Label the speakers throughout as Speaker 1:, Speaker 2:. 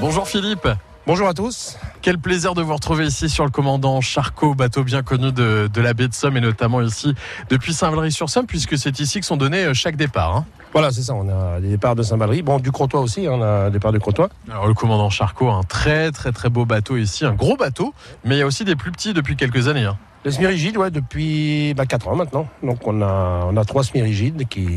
Speaker 1: Bonjour Philippe.
Speaker 2: Bonjour à tous.
Speaker 1: Quel plaisir de vous retrouver ici sur le commandant Charcot, bateau bien connu de, de la baie de Somme et notamment ici depuis Saint-Valery-sur-Somme, puisque c'est ici que sont donnés chaque départ. hein.
Speaker 2: Voilà, c'est ça, on a des départs de Saint-Valery, bon, du Crotoy aussi, on a des départs de Crotoy.
Speaker 1: Alors le commandant Charcot, un très très très beau bateau ici, un gros bateau, mais il y a aussi des plus petits depuis quelques années. hein.
Speaker 2: Le semi-rigide, ouais, depuis 4 ans maintenant. Donc on a, on a trois semi-rigides qui,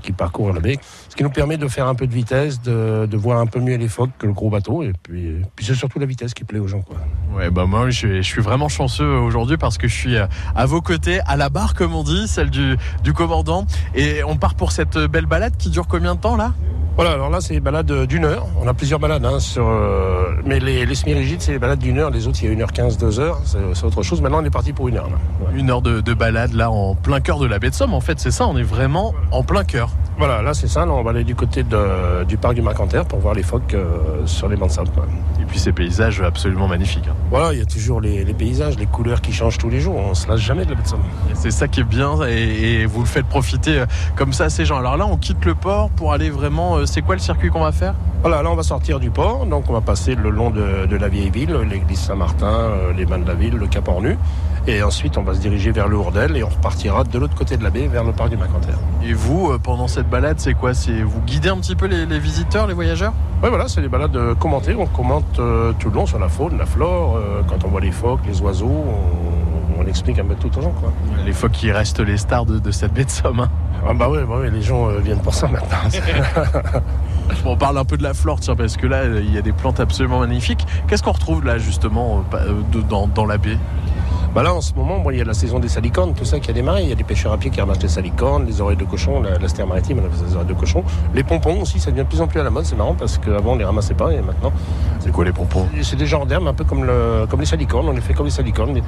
Speaker 2: qui parcourent la baie, ce qui nous permet de faire un peu de vitesse, de, de voir un peu mieux les phoques que le gros bateau, et puis, puis c'est surtout la vitesse qui plaît aux gens. Quoi.
Speaker 1: Ouais, bah moi je, je suis vraiment chanceux aujourd'hui parce que je suis euh, à vos côtés, à la barre comme on dit, celle du, du commandant. Et on part pour cette belle balade qui dure combien de temps là
Speaker 2: Voilà, alors là c'est des balades d'une heure, on a plusieurs balades, hein, sur, euh, mais les, les semi-rigides c'est des balades d'une heure, les autres il y a 1h15, 2h, c'est c'est autre chose, maintenant on est parti pour une heure. là. Ouais.
Speaker 1: Une heure de, de balade là en plein cœur de la baie de Somme. En fait, c'est ça, on est vraiment en plein cœur.
Speaker 2: Voilà, là c'est ça, là, on va aller du côté de- du parc du Marcanterre pour voir les phoques euh, sur les bancs de sable. quoi.
Speaker 1: Et puis ces paysages absolument magnifiques. hein.
Speaker 2: Voilà, il y a toujours les, les paysages, les couleurs qui changent tous les jours, on se lasse jamais de la baie de Somme.
Speaker 1: Et C'est ça qui est bien et, et vous le faites profiter euh, comme ça à ces gens. Alors là, on quitte le port pour aller vraiment. euh, C'est quoi le circuit qu'on va faire
Speaker 2: Voilà, là on va sortir du port, donc on va passer le long de, de la vieille ville, l'église Saint-Martin, euh, les bains de la ville, le Cap Ornu, et ensuite on va se diriger vers le Hourdel et on repartira de l'autre côté de la baie vers le parc du Marcanterre.
Speaker 1: Et vous, euh, pendant cette balade, c'est quoi C'est vous guidez un petit peu les, les visiteurs, les voyageurs
Speaker 2: Oui, voilà, c'est des balades euh, commentées. On commente euh, tout le long sur la faune, la flore. euh, quand on voit les phoques, les oiseaux, on, on explique un peu tout aux gens. Quoi.
Speaker 1: Les fois qui restent les stars de, de cette baie de Somme. hein.
Speaker 2: Ah bah oui, les gens euh, viennent pour ça maintenant.
Speaker 1: Bon, on parle un peu de la flore, tiens, parce que là, euh, il y a des plantes absolument magnifiques. Qu'est-ce qu'on retrouve là, justement, euh, pas- euh, de- dans, dans la baie
Speaker 2: bah là, en ce moment, bon, il y a la saison des salicornes, tout ça qui a démarré. Il y a des pêcheurs à pied qui ramassent les salicornes, les oreilles de cochon, la, la stère maritime, on appelle ça les oreilles de cochon. Les pompons aussi, ça devient de plus en plus à la mode, c'est marrant parce qu'avant on les ramassait pas et maintenant.
Speaker 1: C'est quoi les pompons
Speaker 2: C'est des genres d'herbes, un peu comme, le, comme les salicornes, on les fait comme les salicornes. mais